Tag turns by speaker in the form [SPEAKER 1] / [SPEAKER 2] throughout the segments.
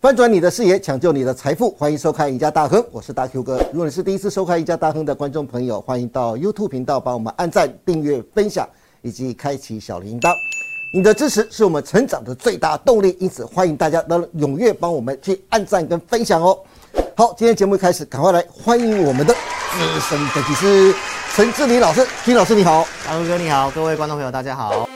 [SPEAKER 1] 翻转你的视野，抢救你的财富，欢迎收看《赢家大亨》，我是大 Q 哥。如果你是第一次收看《赢家大亨》的观众朋友，欢迎到 YouTube 频道帮我们按赞、订阅、分享以及开启小铃铛。你的支持是我们成长的最大动力，因此欢迎大家能踊跃帮我们去按赞跟分享哦。好，今天节目一开始，赶快来欢迎我们的资深分析师陈志林老师，金老师你好。
[SPEAKER 2] 大陆哥你好，各位观众朋友大家好。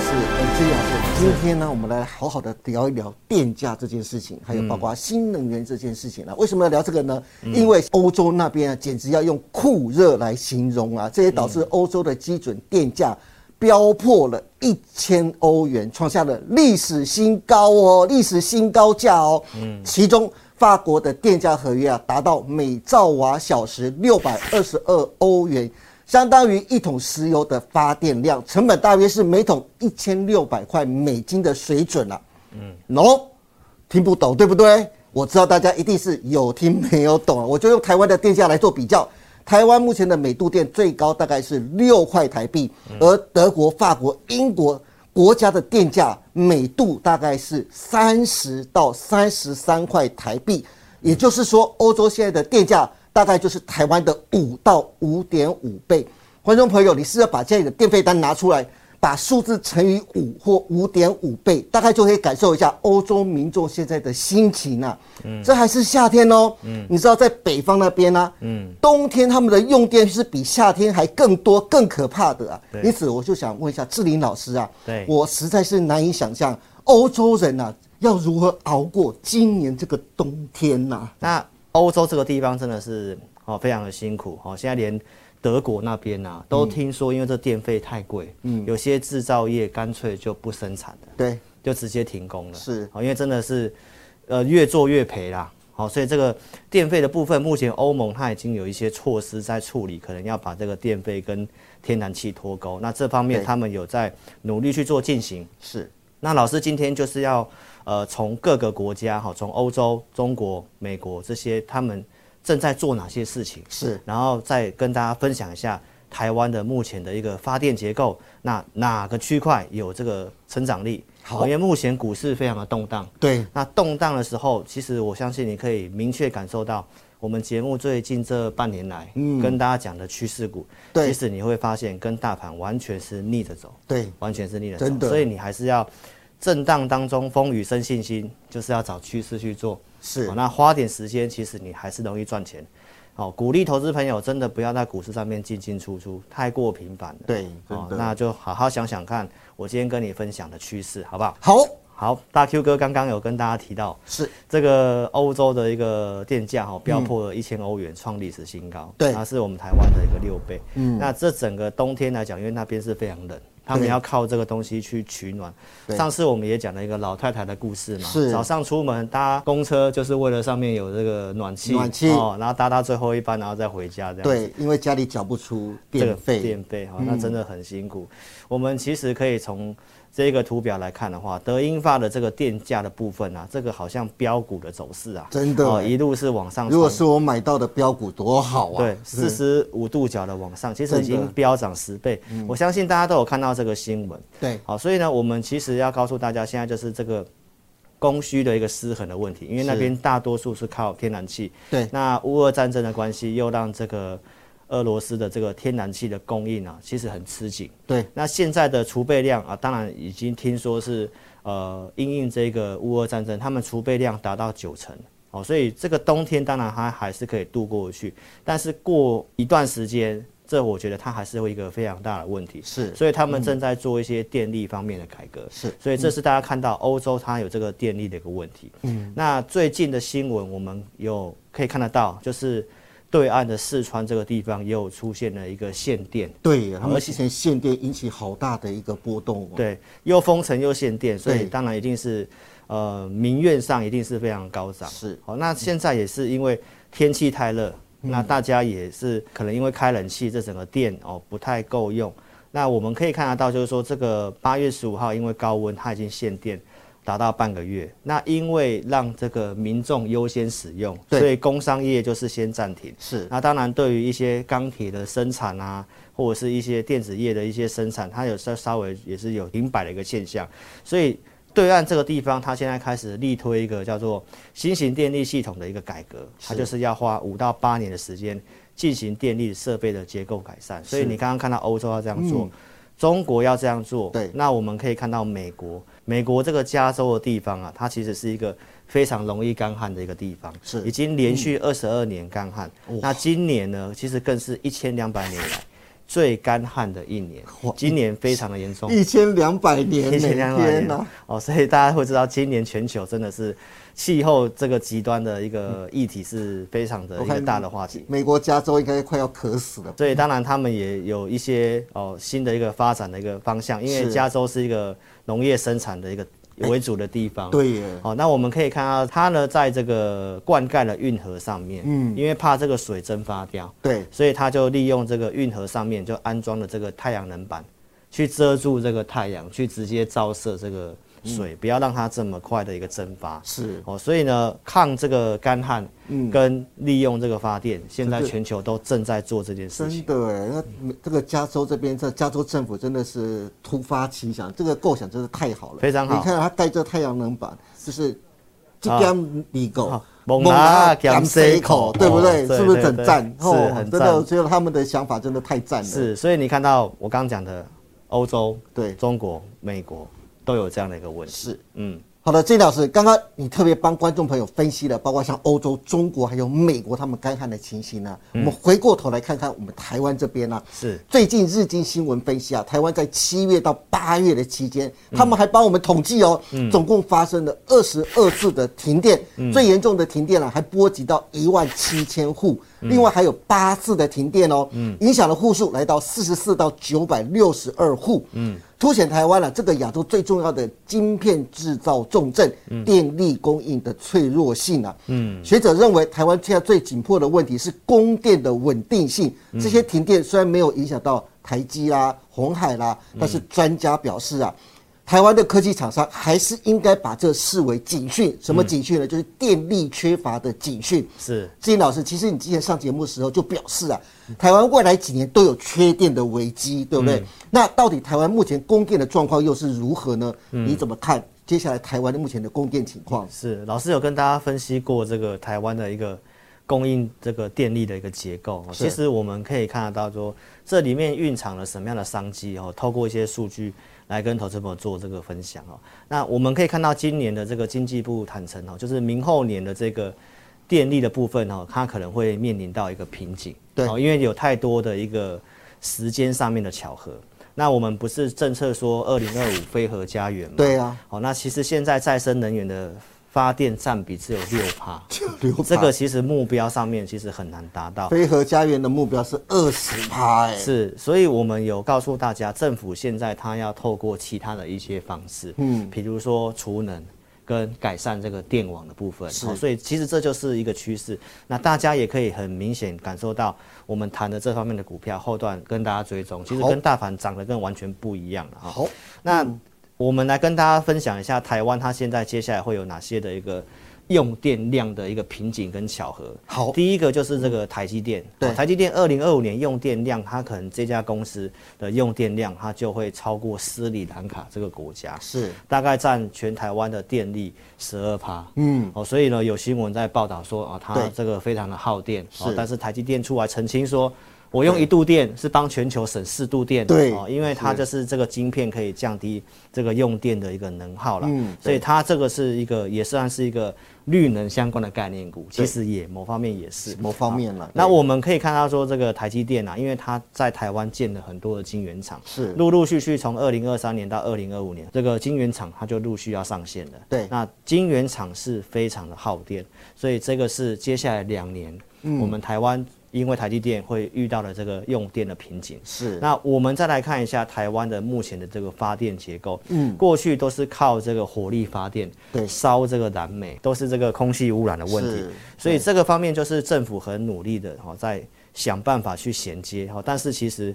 [SPEAKER 1] 是，哎，志毅老师，今天呢，我们来好好的聊一聊电价这件事情，还有包括新能源这件事情了、为什么要聊这个呢？因为欧洲那边啊，简直要用酷热来形容啊，这也导致欧洲的基准电价飙破了一千欧元，创下了历史新高哦，历史新高价哦。嗯，其中。法国的电价合约啊，达到每兆瓦小时六百二十二欧元，相当于一桶石油的发电量，成本大约是每桶一千六百块美金的水准了、嗯，no，听不懂对不对？我知道大家一定是有听没有懂啊，我就用台湾的电价来做比较。台湾目前的每度电最高大概是六块台币，而德国、法国、英国国家的电价每度大概是三十到三十三块台币，也就是说，欧洲现在的电价大概就是台湾的五到五点五倍。观众朋友，你试着把家里的电费单拿出来，把数字乘以五或五点五倍，大概就可以感受一下欧洲民众现在的心情啊。嗯，这还是夏天哦。嗯，你知道在北方那边呢、嗯，冬天他们的用电是比夏天还更多、更可怕的啊。
[SPEAKER 2] 对
[SPEAKER 1] 因此，我就想问一下志玲老师啊，
[SPEAKER 2] 对
[SPEAKER 1] 我实在是难以想象欧洲人啊要如何熬过今年这个冬天呐、
[SPEAKER 2] 那欧洲这个地方真的是哦非常的辛苦哦，现在连德国那边啊都听说，因为这电费太贵，嗯，有些制造业干脆就不生产了，
[SPEAKER 1] 对，
[SPEAKER 2] 就直接停工了。
[SPEAKER 1] 是
[SPEAKER 2] 哦，因为真的是呃越做越赔啦。好、所以这个电费的部分，目前欧盟它已经有一些措施在处理，可能要把这个电费跟天然气脱钩。那这方面
[SPEAKER 1] 对
[SPEAKER 2] 他们有在努力去做进行。
[SPEAKER 1] 是
[SPEAKER 2] 那老师今天就是要呃从各个国家哈，从欧洲、中国、美国这些他们正在做哪些事情，
[SPEAKER 1] 是
[SPEAKER 2] 然后再跟大家分享一下台湾的目前的一个发电结构，那哪个区块有这个成长力？
[SPEAKER 1] 好
[SPEAKER 2] 哦因为目前股市非常的动荡，
[SPEAKER 1] 对，
[SPEAKER 2] 那动荡的时候，其实我相信你可以明确感受到，我们节目最近这半年来，跟大家讲的趋势股，
[SPEAKER 1] 嗯对
[SPEAKER 2] 其实你会发现跟大盘完全是逆着走，
[SPEAKER 1] 对，
[SPEAKER 2] 完全是逆着走
[SPEAKER 1] 真的，
[SPEAKER 2] 所以你还是要震荡当中风雨生信心，就是要找趋势去做。
[SPEAKER 1] 是
[SPEAKER 2] 哦那花点时间，其实你还是容易赚钱。好、鼓励投资朋友真的不要在股市上面进进出出，太过频繁了。
[SPEAKER 1] 对
[SPEAKER 2] 哦
[SPEAKER 1] 真，的
[SPEAKER 2] 那就好好想想看，我今天跟你分享的趋势，好不好？
[SPEAKER 1] 好
[SPEAKER 2] 好，大 Q 哥刚刚有跟大家提到，
[SPEAKER 1] 是
[SPEAKER 2] 这个欧洲的一个电价哈、飙破了一千欧元，创历史新高，
[SPEAKER 1] 嗯对
[SPEAKER 2] 它是我们台湾的一个六倍。嗯，那这整个冬天来讲，因为那边是非常冷，他们
[SPEAKER 1] 对
[SPEAKER 2] 要靠这个东西去取暖。
[SPEAKER 1] 对
[SPEAKER 2] 上次我们也讲了一个老太太的故事嘛，
[SPEAKER 1] 是
[SPEAKER 2] 早上出门搭公车就是为了上面有这个暖气，
[SPEAKER 1] 暖气
[SPEAKER 2] 哦，然后搭到最后一班，然后再回家这样子。
[SPEAKER 1] 对，因为家里缴不出
[SPEAKER 2] 这个
[SPEAKER 1] 电费，
[SPEAKER 2] 电费哈，
[SPEAKER 1] 嗯
[SPEAKER 2] 那真的很辛苦。我们其实可以从这个图表来看的话，德英法的这个电价的部分啊，这个好像标股的走势啊，
[SPEAKER 1] 真的
[SPEAKER 2] 哦
[SPEAKER 1] 欸
[SPEAKER 2] 一路是往上冲。
[SPEAKER 1] 如果是我买到的标股多好啊！
[SPEAKER 2] 对，四十五度角的往上，其实
[SPEAKER 1] 真
[SPEAKER 2] 已
[SPEAKER 1] 的啊嗯
[SPEAKER 2] 经飙涨十倍。我相信大家都有看到这个新闻。
[SPEAKER 1] 对
[SPEAKER 2] 好，所以呢，我们其实要告诉大家，现在就是这个供需的一个失衡的问题，因为那
[SPEAKER 1] 是
[SPEAKER 2] 边大多数是靠天然气。
[SPEAKER 1] 对
[SPEAKER 2] 那乌俄战争的关系，又让这个俄罗斯的这个天然气的供应啊，其实很吃紧。
[SPEAKER 1] 对
[SPEAKER 2] 那现在的储备量啊，当然已经听说是呃，因应这个乌俄战争，他们储备量达到九成。哦，所以这个冬天当然它还是可以度过去，但是过一段时间，这我觉得它还是会一个非常大的问题。
[SPEAKER 1] 是嗯
[SPEAKER 2] 所以他们正在做一些电力方面的改革。
[SPEAKER 1] 是
[SPEAKER 2] 所以这是大家看到欧洲它有这个电力的一个问题。嗯，那最近的新闻我们有可以看得到，就是对岸的四川这个地方也有出现了一个限电。
[SPEAKER 1] 对，他们之前限电引起好大的一个波动、哦。，
[SPEAKER 2] 对，又封城又限电，所
[SPEAKER 1] 对
[SPEAKER 2] 以当然一定是，呃，民怨上一定是非常高涨。
[SPEAKER 1] 是嗯
[SPEAKER 2] 好，那现在也是因为天气太热，那大家也是可能因为开冷气，这整个电哦不太够用。那我们可以看得到，就是说这个八月十五号因为高温，它已经限电，达到半个月。那因为让这个民众优先使用，
[SPEAKER 1] 对
[SPEAKER 2] 所以工商业就是先暂停。
[SPEAKER 1] 是
[SPEAKER 2] 那当然，对于一些钢铁的生产啊，或者是一些电子业的一些生产，它有稍稍微也是有停摆的一个现象。所以对岸这个地方，它现在开始力推一个叫做新型电力系统的一个改革，它就是要花五到八年的时间进行电力设备的结构改善。所以你刚刚看到欧洲要这样做。中国要这样做，
[SPEAKER 1] 嗯对
[SPEAKER 2] 那我们可以看到美国，美国这个加州的地方啊，它其实是一个非常容易干旱的一个地方，
[SPEAKER 1] 是嗯
[SPEAKER 2] 已经连续二十二年干旱。那今年呢，其实更是一千两百年来最干旱的一年，今年非常的严重。
[SPEAKER 1] 一千两百年
[SPEAKER 2] 一
[SPEAKER 1] 呢，
[SPEAKER 2] 千两百
[SPEAKER 1] 天啊
[SPEAKER 2] 年
[SPEAKER 1] 哪！
[SPEAKER 2] 哦，所以大家会知道，今年全球真的是气候这个极端的一个议题是非常的
[SPEAKER 1] 嗯我
[SPEAKER 2] 一个
[SPEAKER 1] 看嗯
[SPEAKER 2] 大的话题。
[SPEAKER 1] 美国加州应该快要渴死了。
[SPEAKER 2] 所以当然他们也有一些哦新的一个发展的一个方向，因为
[SPEAKER 1] 是哎
[SPEAKER 2] 加州是一个农业生产的一个为主的地方。。哦
[SPEAKER 1] 对耶，
[SPEAKER 2] 好、那我们可以看到它呢，在这个灌溉的运河上面，嗯，因为怕这个水蒸发掉，
[SPEAKER 1] 对，
[SPEAKER 2] 所以它就利用这个运河上面就安装了这个太阳能板，去遮住这个太阳，去直接照射这个水，不要让它这么快的一个蒸发。
[SPEAKER 1] 嗯是嗯
[SPEAKER 2] 哦，所以呢，抗这个干旱，跟利用这个发电，现在全球都正在做这件事情嗯
[SPEAKER 1] 真。的哎。那美这个加州这边，这加州政府真的是突发奇想，这个构想真的太好了，
[SPEAKER 2] 非常好
[SPEAKER 1] 你看他盖这太阳能板，就是这边你狗
[SPEAKER 2] 好。啊猛拿
[SPEAKER 1] 啊减
[SPEAKER 2] 减
[SPEAKER 1] 谁
[SPEAKER 2] 西
[SPEAKER 1] 口
[SPEAKER 2] 口，
[SPEAKER 1] 对不对？
[SPEAKER 2] 哦对
[SPEAKER 1] 是不是
[SPEAKER 2] 对
[SPEAKER 1] 很
[SPEAKER 2] 对
[SPEAKER 1] 赞？
[SPEAKER 2] 是很
[SPEAKER 1] 真的，我
[SPEAKER 2] 赞
[SPEAKER 1] 觉得他们的想法真的太赞了。，
[SPEAKER 2] 是，所以你看到我刚刚讲的欧洲、
[SPEAKER 1] 对，
[SPEAKER 2] 中国、美国都有这样的一个问题。
[SPEAKER 1] 是，
[SPEAKER 2] 嗯，
[SPEAKER 1] 好的，金老师，刚刚你特别帮观众朋友分析了，包括像欧洲、中国还有美国他们干旱的情形呢、
[SPEAKER 2] 嗯
[SPEAKER 1] 我们回过头来看看我们台湾这边呢、
[SPEAKER 2] 是
[SPEAKER 1] 最近日经新闻分析啊，台湾在七月到八月的期间，他们还帮我们统计哦，总共发生了二十二次的停电，最严重的停电啊，还波及到一万七千户，另外还有八次的停电哦，影响的户数来到四十四到九百六十二户，凸显台湾啊这个亚洲最重要的晶片制造重镇，电力供应的脆弱性啊，学者认为台湾现在最紧迫的问题是供电的稳定性，这些停电虽然没有影响到台积啦、红海啦，但是专家表示啊。台湾的科技厂商还是应该把这视为警讯，什么警讯呢？就是电力缺乏的警讯。
[SPEAKER 2] 是，
[SPEAKER 1] 志英老师，其实你之前上节目的时候就表示啊，台湾未来几年都有缺电的危机，对不对？
[SPEAKER 2] 嗯
[SPEAKER 1] 那到底台湾目前供电的状况又是如何呢？
[SPEAKER 2] 嗯
[SPEAKER 1] 你怎么看接下来台湾的目前的供电情况？
[SPEAKER 2] 是，老师有跟大家分析过这个台湾的一个供应这个电力的一个结构。哦
[SPEAKER 1] 是
[SPEAKER 2] 其实我们可以看得到说，这里面蕴藏了什么样的商机哦，透过一些数据来跟投资朋友做这个分享哦。那我们可以看到今年的这个经济部坦承哦，就是明后年的这个电力的部分哦，它可能会面临到一个瓶颈。
[SPEAKER 1] 对
[SPEAKER 2] 哦，因为有太多的一个时间上面的巧合。那我们不是政策说二零二五非核家园吗？
[SPEAKER 1] 对啊，
[SPEAKER 2] 好，那其实现在再生能源的发电占比只有六趴，
[SPEAKER 1] 刘
[SPEAKER 2] 这个其实目标上面其实很难达到。
[SPEAKER 1] 飞核家园的目标是二十趴，哎、
[SPEAKER 2] 是，所以我们有告诉大家，政府现在它要透过其他的一些方式，嗯，比如说储能跟改善这个电网的部分，好、所以其实这就是一个趋势。那大家也可以很明显感受到，我们谈的这方面的股票后段跟大家追踪，其实
[SPEAKER 1] 好
[SPEAKER 2] 跟大盘涨得更完全不一样了哈。啊
[SPEAKER 1] 好，
[SPEAKER 2] 那我们来跟大家分享一下台湾它现在接下来会有哪些的一个用电量的一个瓶颈跟巧合。
[SPEAKER 1] 好嗯
[SPEAKER 2] 第一个就是这个台积电，
[SPEAKER 1] 对
[SPEAKER 2] 哦台积电二零二五年用电量，它可能这家公司的用电量它就会超过斯里兰卡这个国家。
[SPEAKER 1] 是
[SPEAKER 2] 大概占全台湾的电力十二趴。嗯，哦，所以呢，有新闻在报道说啊，它
[SPEAKER 1] 对
[SPEAKER 2] 这个非常的耗电。哦
[SPEAKER 1] 是，
[SPEAKER 2] 但是台积电出来澄清说，我用一度电是帮全球省四度电的。
[SPEAKER 1] 对
[SPEAKER 2] 哦，因为它就是这个晶片可以降低这个用电的一个能耗了。嗯，所以它这个是一个也算是一个绿能相关的概念股，其实也某方面也是。哦
[SPEAKER 1] 某方面了。
[SPEAKER 2] 那
[SPEAKER 1] 对
[SPEAKER 2] 我们可以看到说，这个台积电啊，因为它在台湾建了很多的晶圆厂，
[SPEAKER 1] 是
[SPEAKER 2] 陆陆续续从二零二三年到二零二五年，这个晶圆厂它就陆续要上线了。
[SPEAKER 1] 对
[SPEAKER 2] 那晶圆厂是非常的耗电，所以这个是接下来两年、我们台湾因为台积电会遇到的这个用电的瓶颈。
[SPEAKER 1] 是
[SPEAKER 2] 那我们再来看一下台湾的目前的这个发电结构，嗯，过去都是靠这个火力发电，
[SPEAKER 1] 对
[SPEAKER 2] 烧这个燃煤，都是这个空气污染的问题
[SPEAKER 1] 是，
[SPEAKER 2] 所以这个方面就是政府很努力的哈、哦，在想办法去衔接哈、哦，但是其实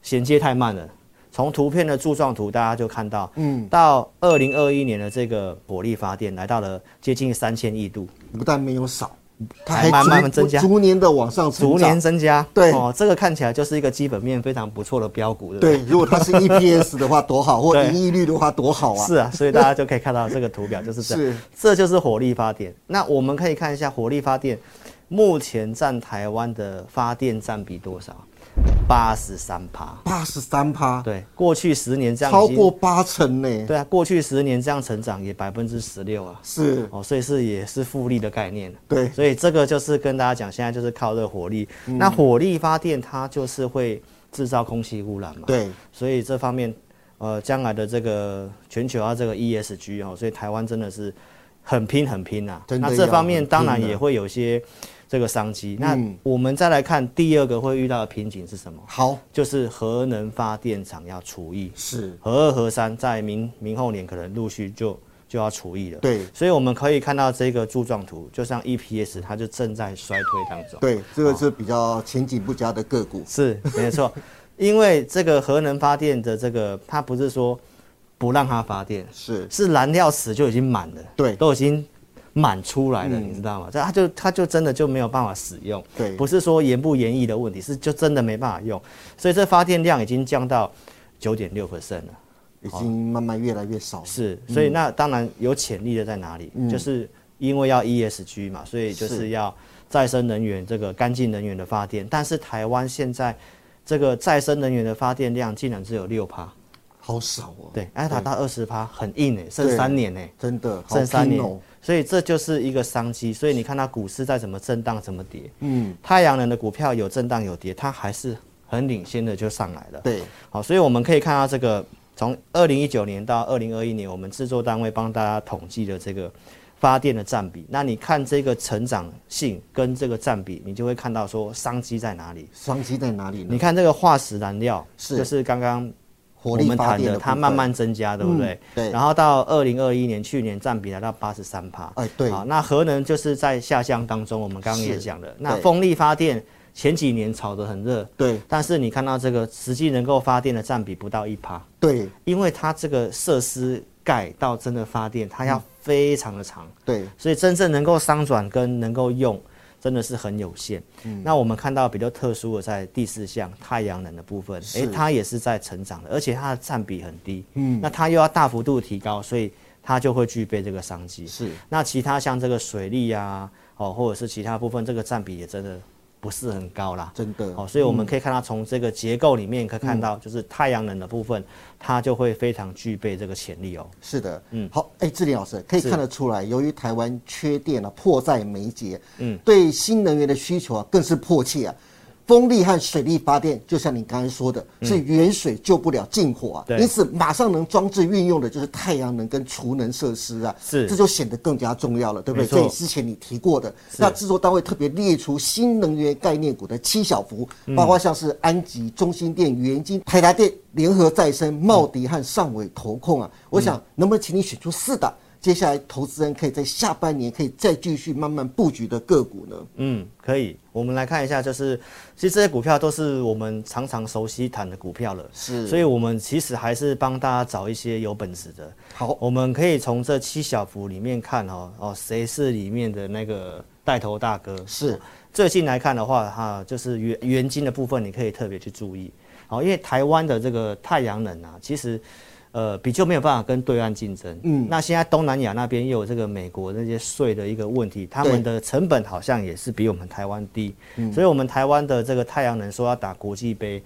[SPEAKER 2] 衔接太慢了。从图片的柱状图大家就看到，嗯，到二零二一年的这个火力发电来到了接近三千亿度，
[SPEAKER 1] 不但没有少，它
[SPEAKER 2] 还慢慢
[SPEAKER 1] 逐
[SPEAKER 2] 增加
[SPEAKER 1] 逐年的往上成
[SPEAKER 2] 逐
[SPEAKER 1] 长
[SPEAKER 2] 年。增加。
[SPEAKER 1] 对
[SPEAKER 2] 哦，这个看起来就是一个基本面非常不错的标股，对不对？
[SPEAKER 1] 对，如果它 是 EPS 的话多好，或
[SPEAKER 2] 对
[SPEAKER 1] 盈利率的话多好啊！
[SPEAKER 2] 是啊，所以大家就可以看到这个图表就是这样
[SPEAKER 1] 是，
[SPEAKER 2] 这就是火力发电。那我们可以看一下火力发电目前占台湾的发电占比多少？八十三趴。
[SPEAKER 1] 八十三趴，
[SPEAKER 2] 对，过去十年这样
[SPEAKER 1] 超
[SPEAKER 2] 已经
[SPEAKER 1] 过八成呢。
[SPEAKER 2] 对啊，过去十年这样成长也百分之十六啊。
[SPEAKER 1] 是，
[SPEAKER 2] 哦，所以是也是复利的概念。啊
[SPEAKER 1] 对嗯
[SPEAKER 2] 所以这个就是跟大家讲，现在就是靠热火力。那火力发电它就是会制造空气污染嘛。
[SPEAKER 1] 对，
[SPEAKER 2] 所以这方面，呃，将来的这个全球啊，这个 ESG 哦，所以台湾真的是很拼很拼呐、
[SPEAKER 1] 真的
[SPEAKER 2] 那
[SPEAKER 1] 要
[SPEAKER 2] 这方面
[SPEAKER 1] 很
[SPEAKER 2] 当然
[SPEAKER 1] 拼的啊嗯
[SPEAKER 2] 也会有一些这个商机。那我们再来看第二个会遇到的瓶颈是什么？
[SPEAKER 1] 好，
[SPEAKER 2] 就是核能发电厂要除役，
[SPEAKER 1] 是
[SPEAKER 2] 核二、核三在明明后年可能陆续就就要除役了。
[SPEAKER 1] 对
[SPEAKER 2] 所以我们可以看到这个柱状图，就像 EPS 它就正在衰退当中。
[SPEAKER 1] 对，这个是比较前景不佳的个股。
[SPEAKER 2] 是没错，因为这个核能发电的这个，它不是说不让它发电，
[SPEAKER 1] 是，
[SPEAKER 2] 是燃料池就已经满了，
[SPEAKER 1] 对嗯
[SPEAKER 2] 都已经满出来了，你知道吗？这它就它就真的就没有办法使用，
[SPEAKER 1] 对
[SPEAKER 2] 不是说延不延役的问题，是就真的没办法用，所以这发电量已经降到九点六 percent 了。
[SPEAKER 1] 已经慢慢越来越少了。
[SPEAKER 2] 哦是，所以那当然有潜力的在哪里？
[SPEAKER 1] 嗯
[SPEAKER 2] 就是因为要 ESG 嘛，所以就是要再生能源这个干净能源的发电。但是台湾现在这个再生能源的发电量竟然只有六趴，
[SPEAKER 1] 好少哦。
[SPEAKER 2] 对，哎，达到二十趴，很硬哎，剩
[SPEAKER 1] 对
[SPEAKER 2] 三年哎，
[SPEAKER 1] 真的好
[SPEAKER 2] 剩三
[SPEAKER 1] 拼
[SPEAKER 2] 年
[SPEAKER 1] 哦。，
[SPEAKER 2] 所以这就是一个商机。所以你看它股市在怎么震荡，怎么跌，嗯，太阳能的股票有震荡有跌，它还是很领先的就上来了。
[SPEAKER 1] 对，
[SPEAKER 2] 好，所以我们可以看到这个从二零一九年到二零二一年，我们制作单位帮大家统计的这个发电的占比。那你看这个成长性跟这个占比，你就会看到说商机在哪里。
[SPEAKER 1] 商机在哪里
[SPEAKER 2] 你
[SPEAKER 1] 呢？
[SPEAKER 2] 看这个化石燃料，
[SPEAKER 1] 是
[SPEAKER 2] 就是刚刚
[SPEAKER 1] 火
[SPEAKER 2] 我
[SPEAKER 1] 力
[SPEAKER 2] 们
[SPEAKER 1] 发
[SPEAKER 2] 谈
[SPEAKER 1] 电
[SPEAKER 2] 的，
[SPEAKER 1] 的
[SPEAKER 2] 它
[SPEAKER 1] 部
[SPEAKER 2] 慢
[SPEAKER 1] 分嗯
[SPEAKER 2] 慢增加，对不对？
[SPEAKER 1] 对
[SPEAKER 2] 然后到二零二一年，去年占比来到八十三趴。
[SPEAKER 1] 哎对
[SPEAKER 2] 好，那核能就是在下降当中，我们刚刚也
[SPEAKER 1] 是
[SPEAKER 2] 讲了。那
[SPEAKER 1] 对
[SPEAKER 2] 风力发电前几年炒得很热，
[SPEAKER 1] 对
[SPEAKER 2] 但是你看到这个实际能够发电的占比不到一趴，
[SPEAKER 1] 对
[SPEAKER 2] 因为它这个设施盖到真的发电，它要非常的长，
[SPEAKER 1] 对，
[SPEAKER 2] 所以真正能够商转跟能够用，真的是很有限。
[SPEAKER 1] 嗯
[SPEAKER 2] 那我们看到比较特殊的在第四项太阳能的部分，诶、
[SPEAKER 1] 是
[SPEAKER 2] 它也是在成长的，而且它的占比很低，嗯，那它又要大幅度提高，所以它就会具备这个商机。
[SPEAKER 1] 是
[SPEAKER 2] 那其他像这个水利啊，哦，或者是其他部分，这个占比也真的不是很高啦。
[SPEAKER 1] 真的
[SPEAKER 2] 哦，所以我们可以看到，从这个结构里面可以看到，就是太阳能的部分，它就会非常具备这个潜力哦。
[SPEAKER 1] 是的，嗯，好，哎，志玲老师可以看得出来，由于台湾缺电啊，迫在眉睫，嗯，对新能源的需求啊更是迫切啊。风力和水力发电，就像你刚才说的，是远水救不了近火啊，
[SPEAKER 2] 对
[SPEAKER 1] 因此马上能装置运用的就是太阳能跟储能设施啊，
[SPEAKER 2] 是
[SPEAKER 1] 这就显得更加重要了，对不对？
[SPEAKER 2] 没错
[SPEAKER 1] 这也之前你提过的，那制作单位特别列出新能源概念股的七小福，包括像是安吉、中心电、元金、台达电、联合再生、茂迪和上尾投控啊。我想，能不能请你选出四档，接下来投资人可以在下半年可以再继续慢慢布局的个股呢？
[SPEAKER 2] 嗯，可以。我们来看一下，就是其实这些股票都是我们常常熟悉谈的股票了，
[SPEAKER 1] 是
[SPEAKER 2] 所以我们其实还是帮大家找一些有本事的。
[SPEAKER 1] 好，
[SPEAKER 2] 我们可以从这七小福里面看哦，哦，谁是里面的那个带头大哥？哦
[SPEAKER 1] 是
[SPEAKER 2] 最近来看的话，哈、就是原原金的部分，你可以特别去注意。好，因为台湾的这个太阳能啊，其实呃比较没有办法跟对岸竞争。嗯，那现在东南亚那边又有这个美国那些税的一个问题，他们的成本好像也是比我们台湾低，所以我们台湾的这个太阳能说要打国际杯，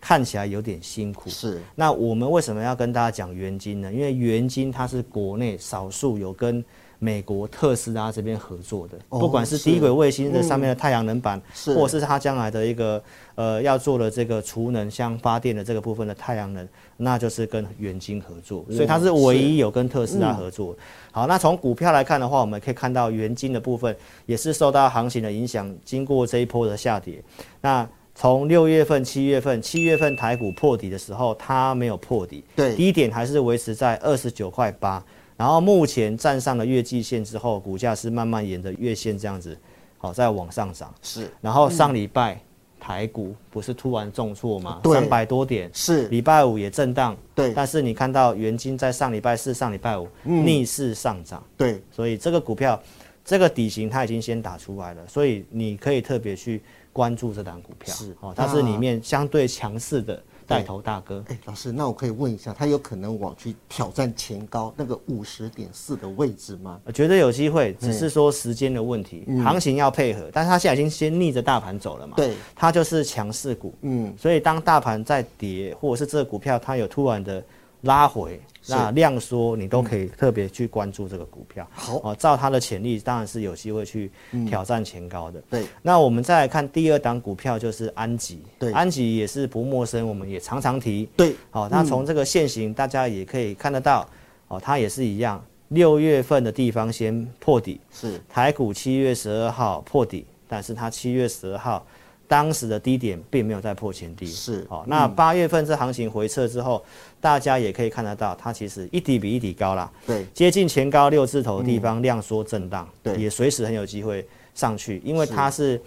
[SPEAKER 2] 看起来有点辛苦。
[SPEAKER 1] 是
[SPEAKER 2] 那我们为什么要跟大家讲元金呢？因为元金它是国内少数有跟美国特斯拉这边合作的，
[SPEAKER 1] 哦
[SPEAKER 2] 不管是
[SPEAKER 1] 是嗯
[SPEAKER 2] 低轨卫星的上面的太阳能板，
[SPEAKER 1] 是
[SPEAKER 2] 或者是它将来的一个呃要做的这个储能箱发电的这个部分的太阳能，那就是跟元金合作，所以它是唯一有跟特斯拉合作。好，那从股票来看的话，我们可以看到元金的部分也是受到行情的影响，经过这一波的下跌，那从六月份、七月份，七月份台股破底的时候，它没有破底，
[SPEAKER 1] 对
[SPEAKER 2] 低点还是维持在二十九块八，然后目前站上了月季线之后，股价是慢慢沿着月线这样子，好、在往上涨，
[SPEAKER 1] 是
[SPEAKER 2] 然后上礼拜。台股不是突然重挫吗？
[SPEAKER 1] 对
[SPEAKER 2] 三百多点，
[SPEAKER 1] 是
[SPEAKER 2] 礼拜五也震荡，
[SPEAKER 1] 对嗯
[SPEAKER 2] 但是你看到元金在上礼拜四、上礼拜五、逆势上涨，
[SPEAKER 1] 对，
[SPEAKER 2] 所以这个股票这个底型它已经先打出来了，所以你可以特别去关注这档股票，
[SPEAKER 1] 是
[SPEAKER 2] 哦，它是里面相对强势的带头大哥。
[SPEAKER 1] 哎，老师，那我可以问一下，它有可能往去挑战前高那个五十点四的位置吗？
[SPEAKER 2] 呃绝对有机会，只是说时间的问题，行情要配合。但是它现在已经先逆着大盘走了嘛，
[SPEAKER 1] 嗯对，
[SPEAKER 2] 它就是强势股，
[SPEAKER 1] 嗯，
[SPEAKER 2] 所以当大盘在跌，或者是这个股票它有突然的拉回，那量缩，你都可以特别去关注这个股票。
[SPEAKER 1] 好嗯
[SPEAKER 2] 哦，照它的潜力，当然是有机会去挑战前高的。
[SPEAKER 1] 对，
[SPEAKER 2] 那我们再来看第二档股票，就是安吉。
[SPEAKER 1] 对嗯
[SPEAKER 2] 安吉也是不陌生，我们也常常提。
[SPEAKER 1] 对，
[SPEAKER 2] 好、那从这个现形，大家也可以看得到，哦，它也是一样，六月份的地方先破底，
[SPEAKER 1] 是
[SPEAKER 2] 台股七月十二号破底，但是它七月十二号当时的低点并没有再破前低，
[SPEAKER 1] 是嗯
[SPEAKER 2] 哦。那八月份这行情回撤之后，大家也可以看得到，它其实一底比一底高啦，
[SPEAKER 1] 对，
[SPEAKER 2] 接近前高六字头的地方量缩震荡，
[SPEAKER 1] 嗯对
[SPEAKER 2] 也随时很有机会上去，因为它是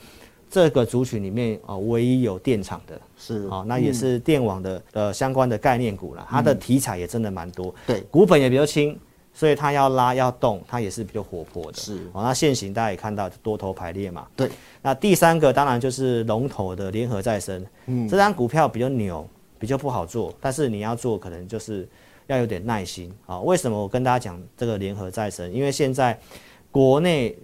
[SPEAKER 2] 这个族群里面哦唯一有电厂的，
[SPEAKER 1] 是
[SPEAKER 2] 好、那也是电网的呃相关的概念股啦，它的
[SPEAKER 1] 嗯
[SPEAKER 2] 题材也真的蛮多，
[SPEAKER 1] 对
[SPEAKER 2] 股本也比较轻，所以它要拉要动，它也是比较活泼的。哦
[SPEAKER 1] 是
[SPEAKER 2] 好、那现行大家也看到多头排列嘛。
[SPEAKER 1] 对，
[SPEAKER 2] 那第三个当然就是龙头的联合再生，嗯，这张股票比较牛，比较不好做，但是你要做可能就是要有点耐心啊、为什么我跟大家讲这个联合再生？因为现在国内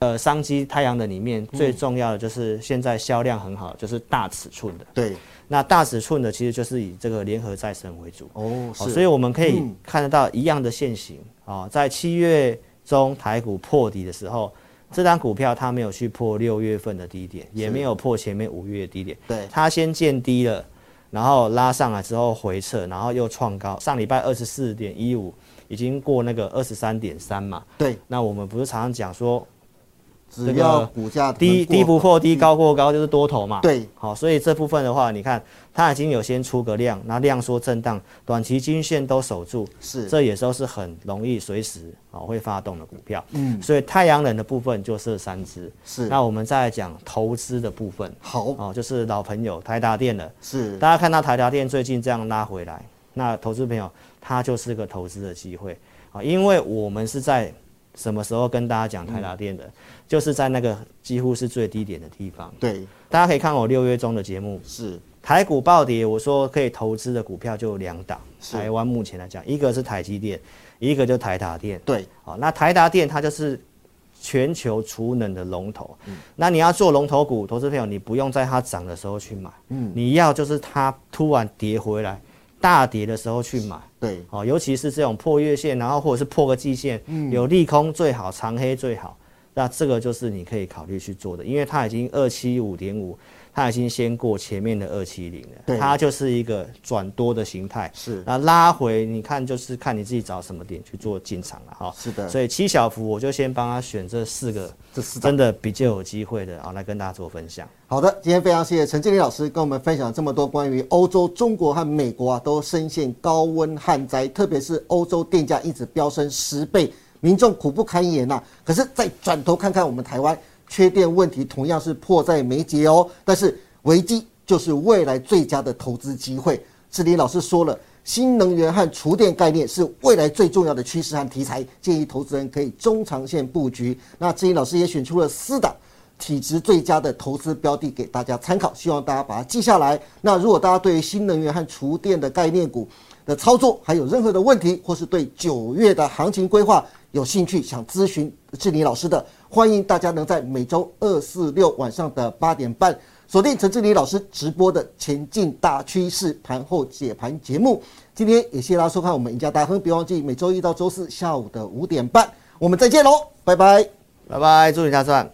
[SPEAKER 2] 呃商机太阳能里面最重要的就是现在销量很好，就是大尺寸的。
[SPEAKER 1] 对，
[SPEAKER 2] 那大尺寸的其实就是以这个联合再生为主，
[SPEAKER 1] 哦，
[SPEAKER 2] 哦
[SPEAKER 1] 是，嗯
[SPEAKER 2] 所以我们可以看得到一样的现形啊、哦在七月中台股破底的时候，这张股票它没有去破六月份的低点，也没有破前面五月的低点，
[SPEAKER 1] 对
[SPEAKER 2] 它先见低了，然后拉上来之后回撤，然后又创高，上礼拜二十四点一五已经过那个二十三点三嘛，
[SPEAKER 1] 对，
[SPEAKER 2] 那我们不是常常讲说
[SPEAKER 1] 只
[SPEAKER 2] 这个
[SPEAKER 1] 要股价
[SPEAKER 2] 低
[SPEAKER 1] 能过
[SPEAKER 2] 低不破低，高过高就是多头嘛。
[SPEAKER 1] 对
[SPEAKER 2] 好，所以这部分的话，你看它已经有先出个量，那量缩震荡，短期均线都守住，
[SPEAKER 1] 是
[SPEAKER 2] 这也都是很容易随时啊会发动的股票。嗯，所以太阳能的部分就这三只。
[SPEAKER 1] 是
[SPEAKER 2] 那我们再来讲投资的部分，
[SPEAKER 1] 好
[SPEAKER 2] 哦，就是老朋友台达电了。
[SPEAKER 1] 是
[SPEAKER 2] 大家看到台达电最近这样拉回来，那投资朋友它就是个投资的机会啊，因为我们是在什么时候跟大家讲台达
[SPEAKER 1] 嗯
[SPEAKER 2] 电的，就是在那个几乎是最低点的地方。
[SPEAKER 1] 对
[SPEAKER 2] 大家可以看我六月中的节目，
[SPEAKER 1] 是
[SPEAKER 2] 台股暴跌，我说可以投资的股票就有两档，台湾目前来讲，一个是台积电，一个就台达电。
[SPEAKER 1] 对
[SPEAKER 2] 好，那台达电它就是全球储能的龙头。那你要做龙头股，投资朋友你不用在它涨的时候去买，你要就是它突然跌回来大跌的时候去买。
[SPEAKER 1] 对
[SPEAKER 2] 哦，尤其是这种破月线，然后或者是破个季线，
[SPEAKER 1] 嗯
[SPEAKER 2] 有利空最好，长黑最好。那这个就是你可以考虑去做的，因为它已经二七五点五，它已经先过前面的二七零
[SPEAKER 1] 对
[SPEAKER 2] 了，它就是一个转多的形态。
[SPEAKER 1] 是
[SPEAKER 2] 那拉回，你看就是看你自己找什么点去做进场了哈。
[SPEAKER 1] 是的
[SPEAKER 2] 所以七小福我就先帮他选这四个，
[SPEAKER 1] 这四档
[SPEAKER 2] 真的比较有机会的啊，来跟大家做分享。
[SPEAKER 1] 好的，今天非常谢谢陈建林老师跟我们分享这么多关于欧洲、呃中国和美国啊都深陷高温旱灾，特别是欧洲电价一直飙升十倍，民众苦不堪言呐、可是再转头看看我们台湾，缺电问题同样是迫在眉睫哦。但是危机就是未来最佳的投资机会。志林老师说了，新能源和厨电概念是未来最重要的趋势和题材，建议投资人可以中长线布局。那志林老师也选出了四档。体质最佳的投资标的给大家参考，希望大家把它记下来。那如果大家对于新能源和厨电的概念股的操作还有任何的问题，或是对九月的行情规划有兴趣，想咨询志林老师的，欢迎大家能在每周二、四、六晚上的八点半锁定陈志林老师直播的《前进大趋势盘后解盘》节目。今天也谢谢大家收看我们赢家大亨，别忘记每周一到周四下午的五点半，我们再见喽，拜拜。
[SPEAKER 2] 拜拜，祝你大赚！